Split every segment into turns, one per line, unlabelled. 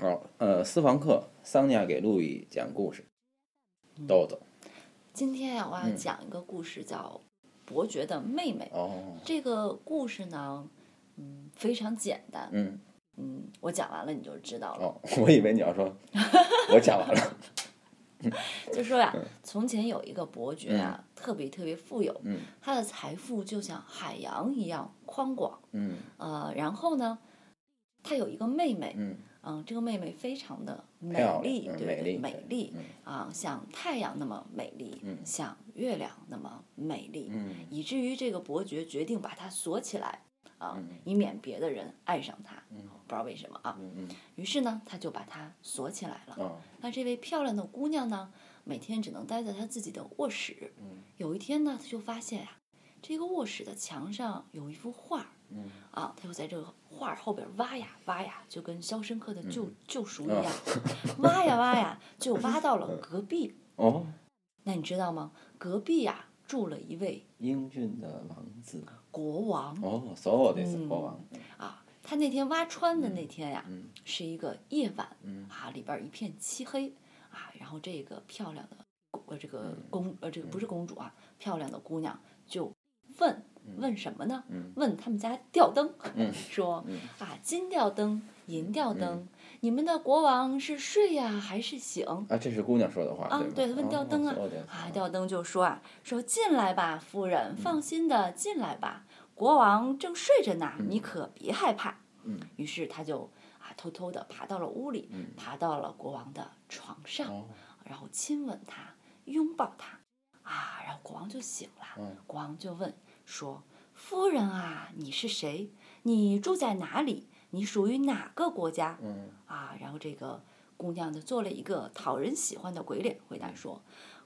哦，呃，私房课，桑尼亚给路易讲故事，
嗯
豆豆
今天呀，我要
嗯
讲一个故事，叫《伯爵的妹妹》。
哦，
这个故事呢，嗯，非常简单，
嗯，
嗯，我讲完了你就知道了。
哦， 我以为你要 说，我讲完了，
就说
嗯
呀，从前有一个伯爵啊，特别特别富有，
嗯
他的财富就像海洋一样宽广。
嗯
呃，然后呢，他有一个妹妹，
嗯
嗯、这个妹妹非常的美
漂亮
丽，
嗯
对
美
不对
丽
美
对
丽
嗯
啊、像太阳那么美丽，
嗯
像月亮那么美丽，
嗯
以至于这个伯爵决定把她锁起来啊、
嗯
以免别的人爱上她。
嗯
不知道为什么啊，
嗯嗯，
于是呢，他就把她锁起来了。
哦，
那这位漂亮的姑娘呢，每天只能待在她自己的卧室。
嗯
有一天呢，她就发现呀、这个卧室的墙上有一幅画儿
嗯
啊，她就在这个画儿后边挖呀挖呀，就跟《肖申克的救、救赎》一
啊
样， 挖呀挖呀，就挖到了隔壁。
哦，
那你知道吗？隔壁呀、住了一位
英俊的王子，
国王
哦，所有的是
嗯
国王，
啊。他那天挖川的那天呀、
嗯
是一个夜晚，
嗯
啊，里边儿一片漆黑啊，然后这个漂亮的公呃这个公呃这个不是公主啊，漂亮的姑娘就问问什么呢？
嗯
问他们家吊灯，
嗯
说
嗯
啊金吊灯、银吊灯，你们的国王是睡呀、还是醒？
啊，这是姑娘说的话，
啊，
对
对，
吗
问吊灯啊
哦所有的，
啊，吊灯就说啊，说进来吧，夫
嗯
人，放心的进来吧，国王正睡着呢，你可别害怕。
嗯
于是他就啊，偷偷的爬到了屋里，
嗯
爬到了国王的床上，
哦，
然后亲吻他，拥抱他，啊，然后国王就醒了，
嗯
国王就问说：“夫人啊，你是谁？你住在哪里？你属于哪个国家？”
嗯
啊，然后这个姑娘呢做了一个讨人喜欢的鬼脸，回答说：“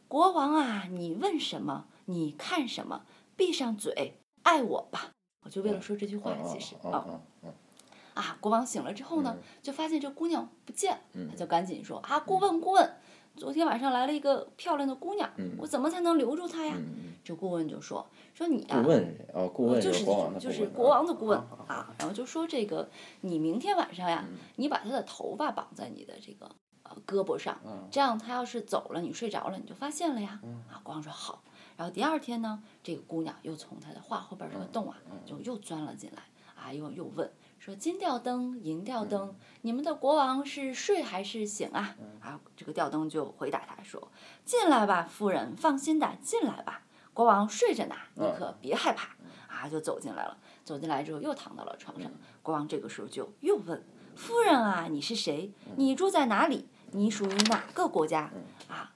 国王啊，你问什么？你看什么？闭上嘴，爱我吧。”我就为了说这句话，其实
哦
啊
哦哦
啊，国王醒了之后呢
嗯，
就发现这姑娘不见，
嗯
他就赶紧说：“啊，顾问，顾问，昨天晚上来了一个漂亮的姑娘
嗯，
我怎么才能留住她呀
嗯嗯？”
这顾问就说：“说你
嗯，
啊
顾，问是谁？哦，顾问
就是
国王的顾
就
问，
是国王的
啊
顾问
啊啊嗯
啊，然后就说这个你明天晚上呀，你把他的头发绑在你的这个呃胳膊上，
嗯
这样他要是走了，你睡着了，你就发现了呀。啊，国王说好。然后第二天呢，这个姑娘又从他的画后边这个
嗯
洞啊，就又钻了进来啊，又又问说金吊灯、银吊灯，
嗯
你们的国王是睡还是醒啊？啊，这个吊灯就回答他说：“进来吧，夫人，放心的进来吧，国王睡着呢，你
嗯
可别害怕。”啊，就走进来了。走进来之后又躺到了床上。国王这个时候就又问：“夫人啊，你是谁？你住在哪里？你属于哪个国家？”啊，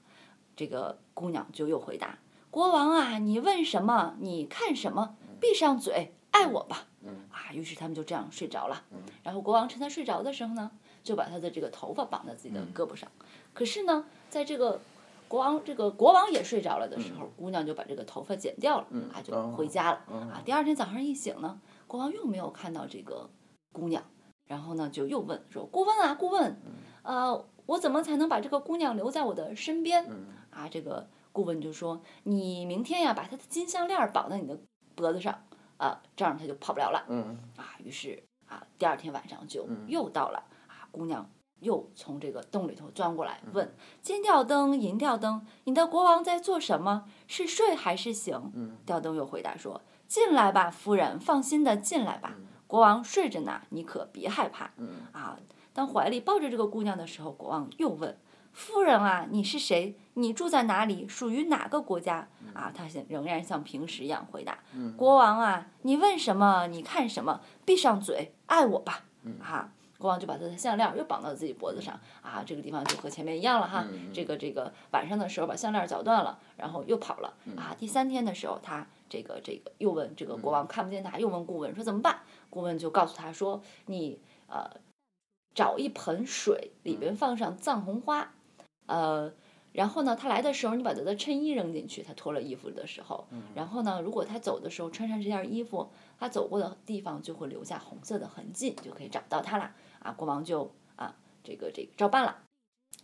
这个姑娘就又回答：“国王啊，你问什么？你看什么？闭上嘴，爱我吧。”啊，于是他们就这样睡着了。然后国王趁他睡着的时候呢，就把他的这个头发绑在自己的胳膊上。可是呢，在这个国王这个国王也睡着了的时候，姑娘就把这个头发剪掉了，啊，就回家了。啊，第二天早上一醒呢，国王又没有看到这个姑娘，然后呢就又问说：“顾问啊，顾问，呃，我怎么才能把这个姑娘留在我的身边？”
嗯
啊，这个顾问就说：“你明天呀，把她的金项链儿绑在你的脖子上，啊，这样她就跑不了了。”
嗯
啊，于是啊，第二天晚上就又到了、啊，姑娘又从这个洞里头钻过来，问、金吊灯、银吊灯，你的国王在做什么？是睡还是醒？
嗯
吊灯又回答说：“进来吧，夫人，放心的进来吧，国王睡着呢，你可别害怕。
嗯
啊，当怀里抱着这个姑娘的时候，国王又问。夫人啊，你是谁？你住在哪里？属于哪个国家？啊，他现仍然像平时一样回答。国王啊，你问什么？你看什么？闭上嘴，爱我吧。啊，国王就把他的项链儿又绑到自己脖子上。啊，这个地方就和前面一样了
嗯
哈。这个这个晚上的时候把项链儿绞断了，然后又跑了。啊，第三天的时候他这个这个又问这个国王看不见他，又问顾问说怎么办？顾问就告诉他说你呃找一盆水，里边放上藏红花，呃，然后呢，他来的时候你把他的衬衣扔进去，他脱了衣服的时候，然后呢，如果他走的时候穿上这件衣服，他走过的地方就会留下红色的痕迹，你就可以找到他了。啊，国王就啊，这个这个照办了。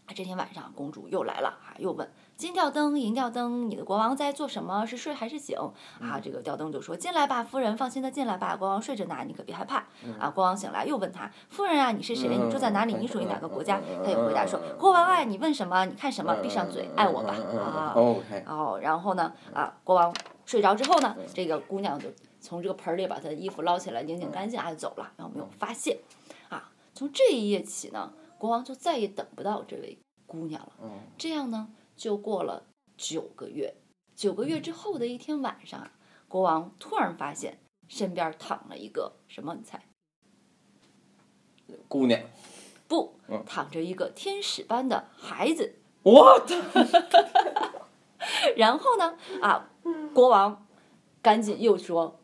啊，这天晚上公主又来了啊，又问金吊灯、银吊灯，你的国王在做什么？是睡还是醒？啊，这个吊灯就说进来吧，夫人，放心的进来吧，国王睡着呢，你可别害怕。啊，国王醒来又问他，夫人啊，你是谁？你住在哪里？你属于哪个国家？他也回答说，国王啊，你问什么？你看什么？闭上嘴，爱我吧啊。
OK，
哦，然后呢，啊，国王睡着之后呢，这个姑娘就从这个盆儿里把她的衣服捞起来，拧拧干净，啊，就走了，然后没有发现。啊，从这一夜起呢，国王就再也等不到这位姑娘了。
嗯
这样呢，就过了九个月。九个月之后的一天晚上啊，国王突然发现身边躺了一个什么？你猜？
姑娘
不
嗯，
躺着一个天使般的孩子。
，what？
然后呢，啊，国王赶紧又说：“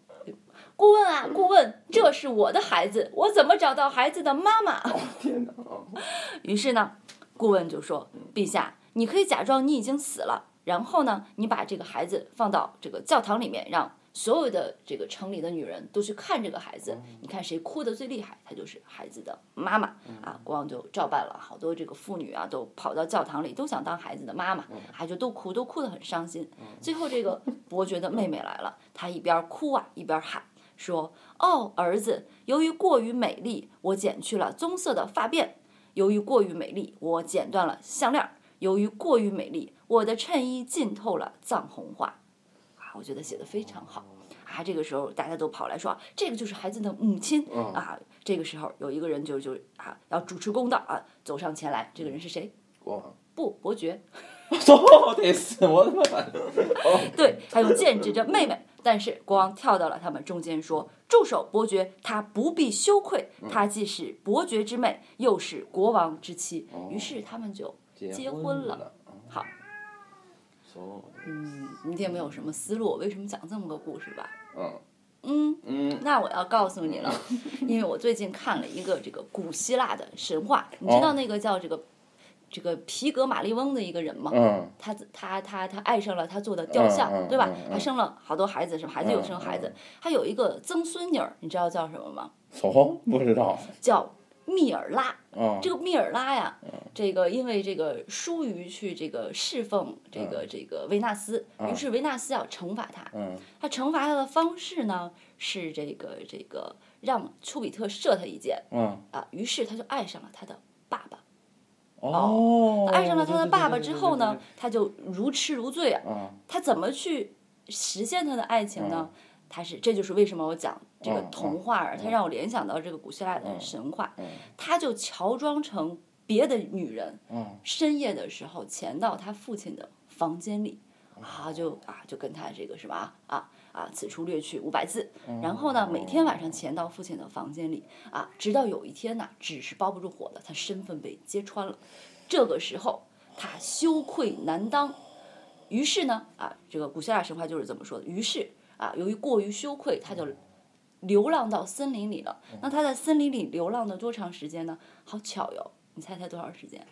顾问啊，顾问，这是我的孩子，我怎么找到孩子的妈妈
天哪！哦？”
于是呢，顾问就说：“陛下，你可以假装你已经死了，然后呢，你把这个孩子放到这个教堂里面，让所有的这个城里的女人都去看这个孩子，你看谁哭得最厉害，她就是孩子的妈妈啊。”国王就照办了，好多这个妇女啊都跑到教堂里，都想当孩子的妈妈，啊，就都哭，都哭得很伤心。最后这个伯爵的妹妹来了，她一边哭啊一边喊。说哦，儿子，由于过于美丽，我剪去了棕色的发辫，由于过于美丽，我剪断了项链儿；由于过于美丽，我的衬衣浸透了藏红花。啊，我觉得写的非常好。啊，这个时候大家都跑来说，这个就是孩子的母亲
嗯
啊。这个时候有一个人就就啊要主持公道啊，走上前来，这个人是谁？
国王，
不，伯爵。
我得死，我他妈的！哦
对，他用剑指着妹妹，但是国王跳到了他们中间，说：“住手，伯爵！他不必羞愧，他既是伯爵之妹，又是国王之妻。”于是他们就哦结婚了。
了。
好，
So，
嗯，你也没有什么思路，我为什么讲这么个故事吧？
嗯
嗯，
嗯，
那我要告诉 你了，因为我最近看了一个这个古希腊的神话，你知
哦
道那个叫这个、这个皮格马利翁的一个人吗？
嗯
他他他他爱上了他做的雕像，
嗯嗯
对吧？
嗯嗯
还生了好多孩子，什么孩子又生孩子，
嗯
还有一个曾孙女儿，你知道叫什么吗？
，so 不知道。
叫密尔拉。
嗯
这个密尔拉呀，这个因为这个疏于去这个侍奉这个这个维纳斯，于是维纳斯要惩罚他。
嗯
他惩罚他的方式呢是这个这个让丘比特射他一箭
嗯
啊，于是他就爱上了他的爸爸。
哦，
爱上了他的爸爸之后呢
对？，嗯
他就如痴如醉啊，
对对对对对
他怎么去实现他的爱情呢？他是，这就是为什么我讲这个
嗯嗯嗯嗯
童话儿，他让我联想到这个古希腊的神话。他就乔装成别的女人，
嗯
深夜的时候潜到他父亲的房间里，
嗯
啊，就啊就跟他这个什么啊啊啊，此处略去五百字。
嗯
然后呢，每天晚上潜到父亲的房间里啊，直到有一天呐，纸是包不住火的，他身份被揭穿了。这个时候，他羞愧难当。于是呢，啊，这个古希腊神话就是这么说的。于是啊，由于过于羞愧，他就流浪到森林里了。那他在森林里流浪了多长时间呢？好巧哟，你猜猜多长时间？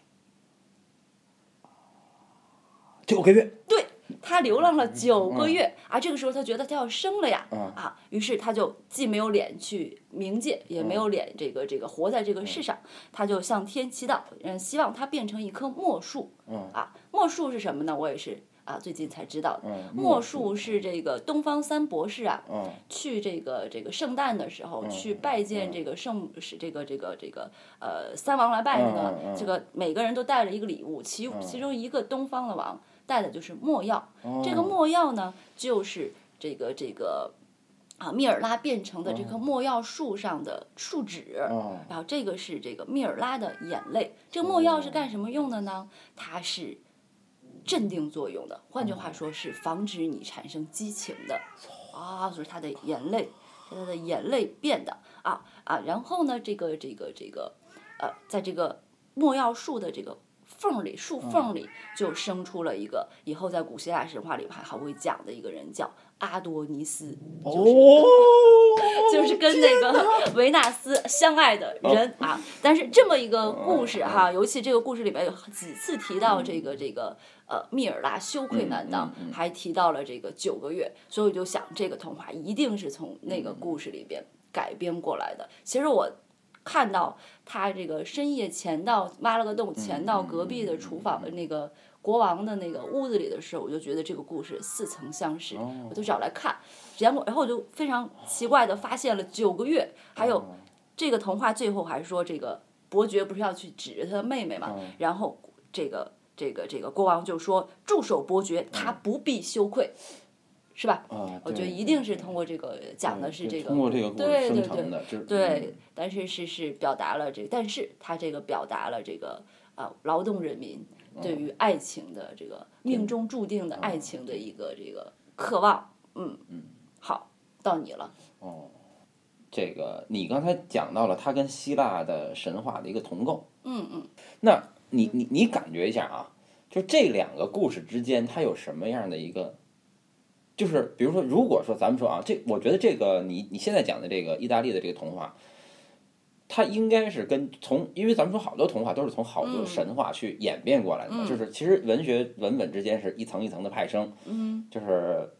九个月。
对他流浪了九个月、啊，这个时候他觉得他要生了呀、啊，于是他就既没有脸去冥界，也没有脸这个这个活在这个世上，他就向天祈祷，嗯，希望他变成一棵墨树、
嗯
啊，墨树是什么呢？我也是啊，最近才知道的，
嗯
墨
墨
树是这个东方三博士啊，
嗯
去这个这个圣诞的时候，去拜见
嗯
这个圣母是这个这个这个呃三王来拜那个、
嗯嗯嗯嗯
这个每个人都带了一个礼物，其其中一个东方的王带的就是墨药，
哦
这个墨药呢就是这个这个啊密尔拉变成的这
哦
棵墨药树上的树脂。
嗯
然后这个是这个密尔拉的眼泪，这个墨药
哦
是干什么用的呢？它是镇定作用的，换句
嗯
话说是防止你产生激情的啊，所以它的眼泪，是它的眼泪变的啊啊，然后呢，这个这个这个呃，在这个墨药树的这个。缝里树缝里就生出了一个，以后在古希腊神话里还还会讲的一个人叫阿多尼斯，就是
哦，
就是跟那个维纳斯相爱的人啊。但是这么一个故事哈，尤其这个故事里面有几次提到这个这个呃密尔拉羞愧难当，还提到了这个九个月，所以我就想这个童话一定是从那个故事里边改编过来的。其实我。看到他这个深夜潜到挖了个
嗯
洞，潜到隔壁的厨房的那个国王的那个屋子里的时候，我就觉得这个故事似曾相识，我
哦
就找来看。然后，然后我就非常奇怪的发现了九个月，还有
哦
这个童话最后还说这个伯爵不是要去指着他的妹妹
哦
嘛，然后这个这个这个国王就说驻守伯爵，他不必羞愧，是吧？
啊，
我觉得
嗯对
一定是通过这个讲的是
对
这个
通过这个故事
对
生
对
成的，就是
对，但是是是表达了这但是他这个表达了这个呃劳动人民对于爱情的这个命中注定的爱情的一个这个渴望，嗯，好，到你了，
哦这个你刚才讲到了它跟希腊的神话的一个同构，
嗯嗯，
那你你你感觉一下啊，就这两个故事之间，它有什么样的一个？就是比如说，如果说咱们说啊，这我觉得这个你你现在讲的这个意大利的这个童话，它应该是跟从，因为咱们说好多童话都是从好多
嗯
神话去演变过来的嘛，就是其实文学文本之间是一层一层的派生，嗯，就是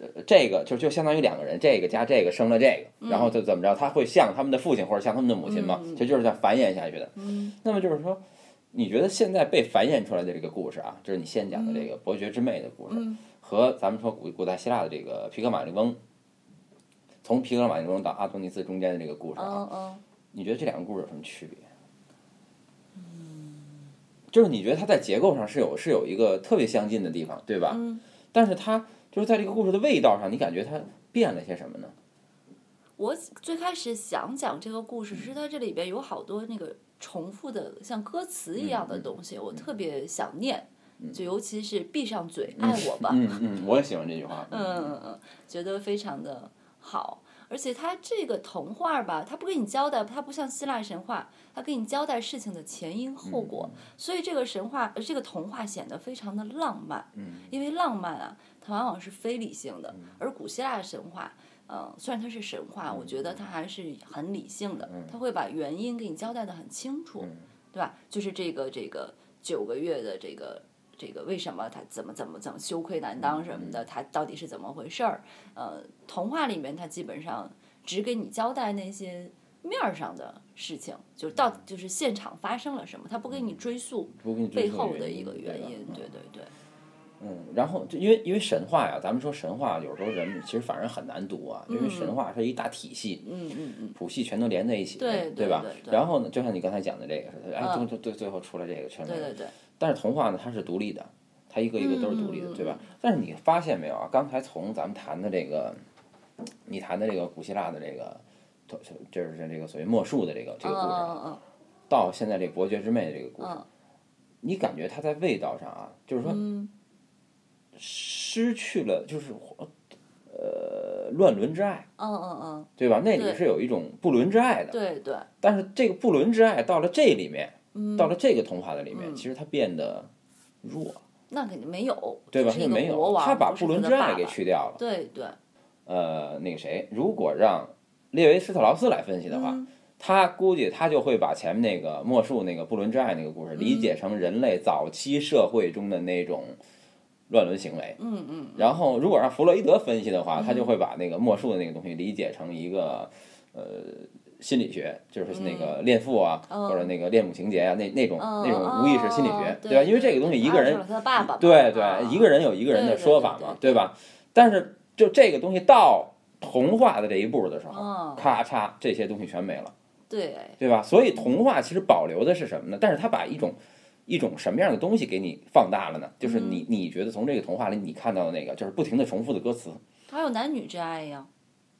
呃这个就就相当于两个人，这个加这个生了这个，然后就怎么着，他会像他们的父亲或者像他们的母亲嘛，
嗯
其实就是在繁衍下去的。那么就是说，你觉得现在被繁衍出来的这个故事啊，就是你先讲的这
嗯
个伯爵之妹的故事，和咱们说古古代希腊的这个皮克马利翁，从皮克马利翁到阿多尼斯中间的这个故事啊，
嗯嗯，
你觉得这两个故事有什么区别？就是你觉得它在结构上是有是有一个特别相近的地方，对吧？
嗯
但是它就是在这个故事的味道上，你感觉它变了些什么呢？
我最开始想讲这个故事，是它这里边有好多那个重复的像歌词一样的东西，我特别想念，就尤其是闭上嘴爱我吧，
嗯嗯，我也喜欢这句话。
嗯，嗯嗯，觉得非常的好。而且它这个童话吧，它不给你交代，它不像希腊神话，它给你交代事情的前因后果，所以这个神话、呃这个童话显得非常的浪漫。
嗯
因为浪漫啊，它往往是非理性的，而古希腊神话。嗯，虽然它是神话，我觉得它还是很理性的，它会把原因给你交代的很清楚，对吧？就是这个这个九个月的这个这个为什么他怎么怎么怎么羞愧难当什么
嗯
的，他到底是怎么回事儿？呃，童话里面它基本上只给你交代那些面儿上的事情，就到
嗯
就是现场发生了什么，他不给你追溯
不给你
背后的
的
一个原因
因。。吧
对对对，
嗯，然后就因为因为神话呀，咱们说神话有时候人们其实反而很难读啊，因为神话是一大体系，
嗯嗯嗯，
谱系全都连在一起的，
对
对
对
吧
对对
然后呢，就像你刚才讲的这个似的，哎，最最最最后出来这个全
对对对，
但是童话呢，它是独立的，它一个一个都是独立的，
嗯
对吧？但是你发现没有啊？刚才从咱们谈的这个，你谈的这个古希腊的这个，就是这个所谓魔术的这个这
嗯
个故事啊，
嗯
到现在这伯爵之妹的这个故
嗯
事，
嗯
你感觉它在味道上啊，就是说
嗯
失去了，就是呃乱伦之爱，
嗯嗯嗯，
对吧？那里
对
是有一种不伦之爱的，
对对，
但是这个不伦之爱到了这里面，
嗯
到了这个童话的里面，其实它变得弱了，
那肯定没有，
对吧？
就是
它
一
就
个
没
国
有，
王
他把
不是
不伦
他
之
的
爱
爸
给
爸
去掉了。
对对，
呃，那个谁，如果让列维斯特劳斯来分析
嗯
的话，他估计他就会把前面那个莫术那个不伦之爱那个故事
嗯
理解成人类早期社会中的那种乱伦行为。
嗯嗯
然后，如果让弗洛伊德分析的话，他就会把那个莫术的那个东西理解成一个呃心理学，就是那个恋父啊，
嗯
或者那个恋母情节啊，那那种、
嗯
那种无意识心理学，
哦对
吧？因为这个东西一个
啊
人
就是他的爸爸嘛，
对
啊
对，一个人有一个人的说法嘛，对吧？但是就这个东西到童话的这一步的时候，
嗯，
咔嚓，这些东西全没了，
对，
对吧？所以童话其实保留的是什么呢？但是它把一种一种什么样的东西给你放大了呢？就是
嗯
你你觉得从这个童话里你看到的那个，就是不停的重复的歌词。
还有男女之爱呀，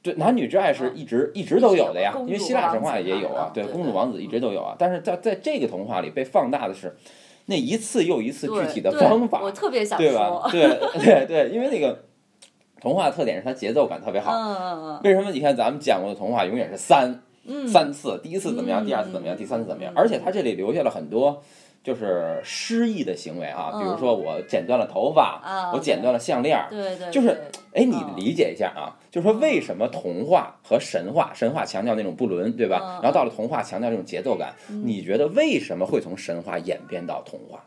对，男女之爱是
嗯
一直一直都有的呀，
公
因
主
为希腊神话里也有
王
啊
子，
对，
对
公主
对嗯
王子一直都有啊。但是在在这个童话里被放大的是那一次又一次具
对
体的
对
方法，
我特别想
对
说
吧，？对 对对，因为那个童话的特点是它节奏感特别
嗯
好。
嗯嗯
为什么你看咱们讲过的童话永远是三
嗯，
三次，第一次怎么样，
嗯
第二次怎么样，第三次怎么样
嗯？
而且它这里留下了很多就是诗意的行为啊，
嗯
比如说我剪断了头发，
啊，
我剪断了项链儿。
对，对对，
就是
对
哎，你
嗯
理解一下啊，就是说为什么童话和神话，神话强调那种不伦，对吧
嗯？
然后到了童话强调这种节奏感，你觉得为什么会从神话演变到童话？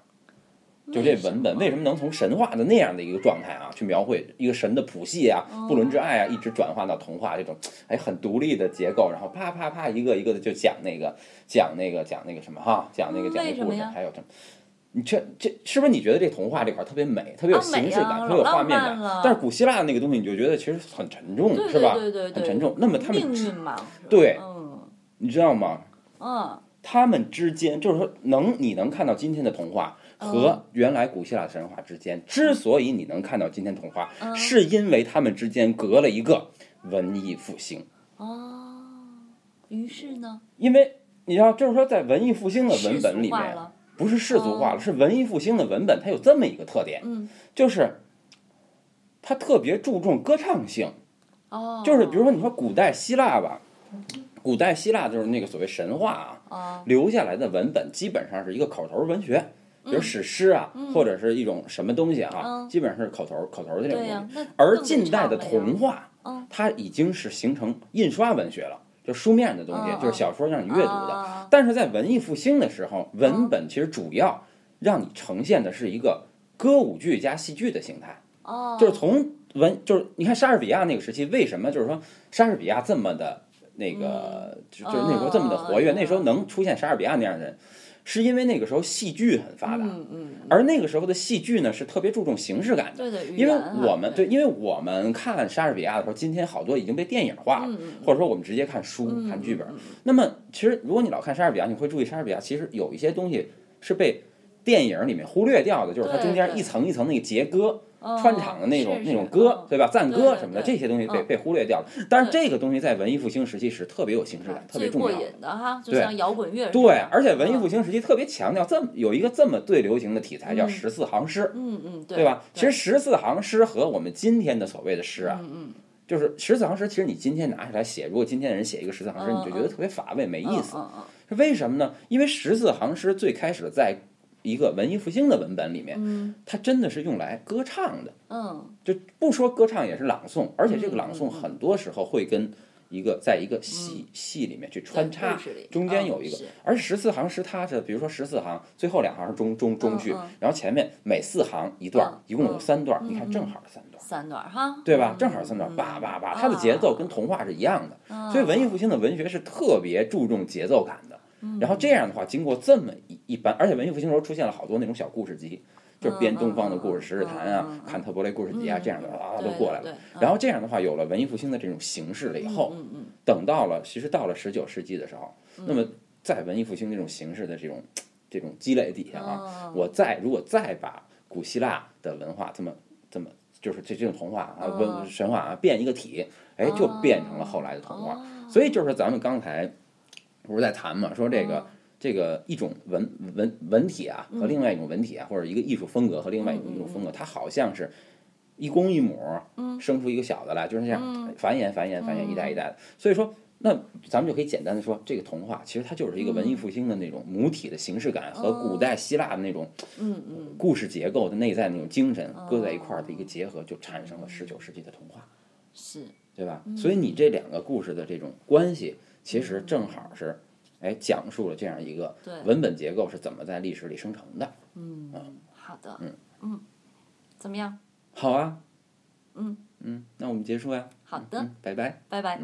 就这文
啊
本为什么能从神话的那样的一个状态啊，去描绘一个神的谱系啊、
哦
不伦之爱啊，一直转化到童话这种哎很独立的结构，然后啪啪啪一个一个的就讲那个讲那个讲那个什么哈，讲那个讲那
嗯为什
个
么
故事，
呀
还有什么？你这这是不是你觉得这童话这块儿特别美，特别有
啊美
形式感，
啊
特别有
老
画面
浪
感
漫了？
但是古希腊那个东西你就觉得其实很沉重，
对
是吧？
对对对对
很沉重。那么他们
命运嘛，是吧
对
嗯
你知道吗？
嗯，
他们之间，就是说能你能看到今天的童话
哦
和原来古希腊神话之间，之所以你能看到今天童话，
嗯
是因为他们之间隔了一个文艺复兴。
哦，于是呢，
因为你要就是说，在文艺复兴的文
世
本里
俗化
面，
了，哦
不是世俗化了，是文艺复兴的文本，它有这么一个特点，
嗯
就是它特别注重歌唱性。
哦，
就是比如说，你说古代希腊吧，
嗯
古代希腊就是那个所谓神话啊，
哦，
留下来的文本基本上是一个口头文学，比如史诗啊，或者是一种什么东西哈、
嗯
基本上是口头口头的这种
对
东
呀
西。，
那
而
更得
近代的
唱了呀
童话，
嗯
它已经是形成印刷文学了，就书面的东西，
嗯
就是小说让你阅读的。
啊
但是在文艺复兴的时候，
嗯
文本其实主要让你呈现的是一个歌舞剧加戏剧的形态。
哦，
就是从文，就是你看莎士比亚那个时期，为什么就是说莎士比亚这么的那个，就就那时候这么的活跃，
嗯
那时候能出现莎士比亚那样的人，是因为那个时候戏剧很发达，
嗯嗯，
而那个时候的戏剧呢是特别注重形式感的。
对的，语
因为
言哈
我们对，因为我们看莎士比亚的时候，今天好多已经被电影化了，
嗯
或者说我们直接看书、看剧本。那么，其实如果你老看莎士比亚，你会注意莎士比亚其实有一些东西是被电影里面忽略掉的，就是它
对
中间
对
一层一层那个结歌、
嗯
穿场的那种
是
那
是
种歌，
嗯
对吧？赞歌
对对
什么的，
对
这些东西被
嗯
被忽略掉了。但是
对
这个东西在文艺复兴时期是特别有形式感、特别重
最
要
过
的。
瘾的哈，就
对
像摇滚乐，
对，而且文艺复兴时期特别强调这么有一个这么最流行的题材叫
嗯
十四行诗。
嗯嗯，对
对吧？其实
实
十四行诗和我们今天的所谓的诗啊，
嗯
就是十四行诗，其实你今天拿下来写，如果今天的人写一个十四行诗，
嗯
你就觉得特别乏味、没
嗯，
意思。
嗯嗯
是为什么呢？因为十四行诗最开始在一个文艺复兴的文本里面，
嗯
它真的是用来歌唱的，
嗯
就不说歌唱也是朗诵，而且这个朗
嗯
诵
嗯嗯
很多时候会跟一个在一个戏戏里面去穿
在
插
故事里，
中间有一个
嗯是。
而十四行诗它是，比如说十四行，最后两行是中中中句
嗯嗯，
然后前面每四行一段儿
嗯，
一共有
嗯
三段儿，你
嗯
看
嗯
正好是三段儿。
三段儿哈，
对吧？
嗯
正好三段，
嗯
叭叭叭，
啊
它的节奏跟童话是一样的，
嗯
所以文艺复兴的文学是特别注重节奏感的。
嗯
然后这样的话，经过这么一一般，而且文艺复兴时候出现了好多那种小故事集，就是编东方的故事、十日谈
嗯嗯
啊
嗯、
坎特伯雷故事集啊，这样的啊都
对
过来
对
了。
对
然后这样的话，有了文艺复兴的这种形式了以后，
嗯嗯
等到了其实到了十九世纪的时候，那么在文艺复兴这种形式的这种这种积累底下
嗯
啊，我再如果再把古希腊的文化这么这么就是这这种童话啊
嗯
文神话啊变一个体，哎，就
哦
变成了后来的童话。所以就是咱们刚才不是在谈嘛，说这
嗯
个。这个一种文文文体啊，和另外一种文体啊，或者一个艺术风格和另外一种
嗯嗯嗯嗯
一种风格，它好像是一公一母生出一个小的来，就是这样繁衍繁衍繁衍一代一代
嗯
的。所以说，那咱们就可以简单的说，这个童话其实它就是一个文
嗯
艺复兴的那种母体的形式感和
哦
古代希腊的那种
嗯嗯，
故事结构的内在那种精神搁在一块儿的一个结合，就产生了十九世纪的童话，
是
对吧？所以你这两个故事的这种关系，其实正好是，哎，讲述了这样一个
对
文本结构是怎么在历史里生成的。
好的，嗯怎么样？
好啊，
嗯
嗯，那我们结束呀、
好的，
嗯，拜拜。
拜拜。